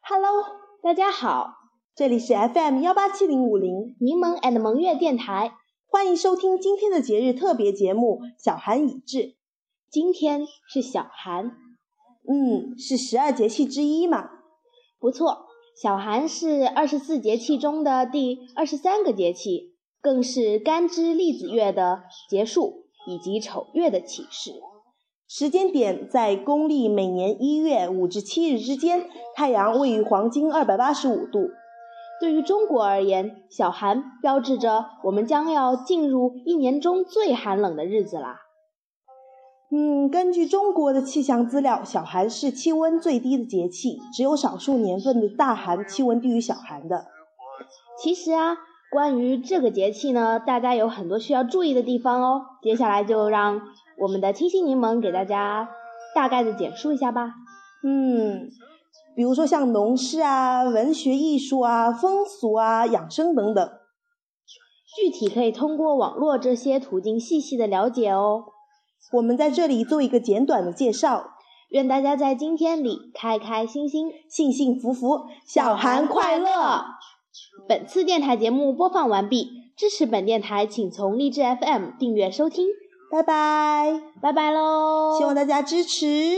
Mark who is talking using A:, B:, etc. A: Hello，大家好，
B: 这里是 FM 幺八七零五零，
A: 柠檬 and 萌月电台。
B: 欢迎收听今天的节日特别节目《小寒已至》。
A: 今天是小寒，
B: 嗯，是十二节气之一嘛。
A: 不错，小寒是二十四节气中的第二十三个节气，更是干支历子月的结束以及丑月的起始。
B: 时间点在公历每年一月五至七日之间，太阳位于黄金二百八十五度。
A: 对于中国而言，小寒标志着我们将要进入一年中最寒冷的日子啦。
B: 嗯，根据中国的气象资料，小寒是气温最低的节气，只有少数年份的大寒气温低于小寒的。
A: 其实啊，关于这个节气呢，大家有很多需要注意的地方哦。接下来就让我们的清新柠檬给大家大概的简述一下吧。
B: 嗯，比如说像农事啊、文学艺术啊、风俗啊、养生等等。
A: 具体可以通过网络这些途径细细的了解哦。
B: 我们在这里做一个简短的介绍，
A: 愿大家在今天里开开心心。
B: 幸幸福福，小寒快乐！
A: 本次电台节目播放完毕，支持本电台，请从荔枝 FM 订阅收听。
B: 拜拜，
A: 拜拜喽！
B: 希望大家支持。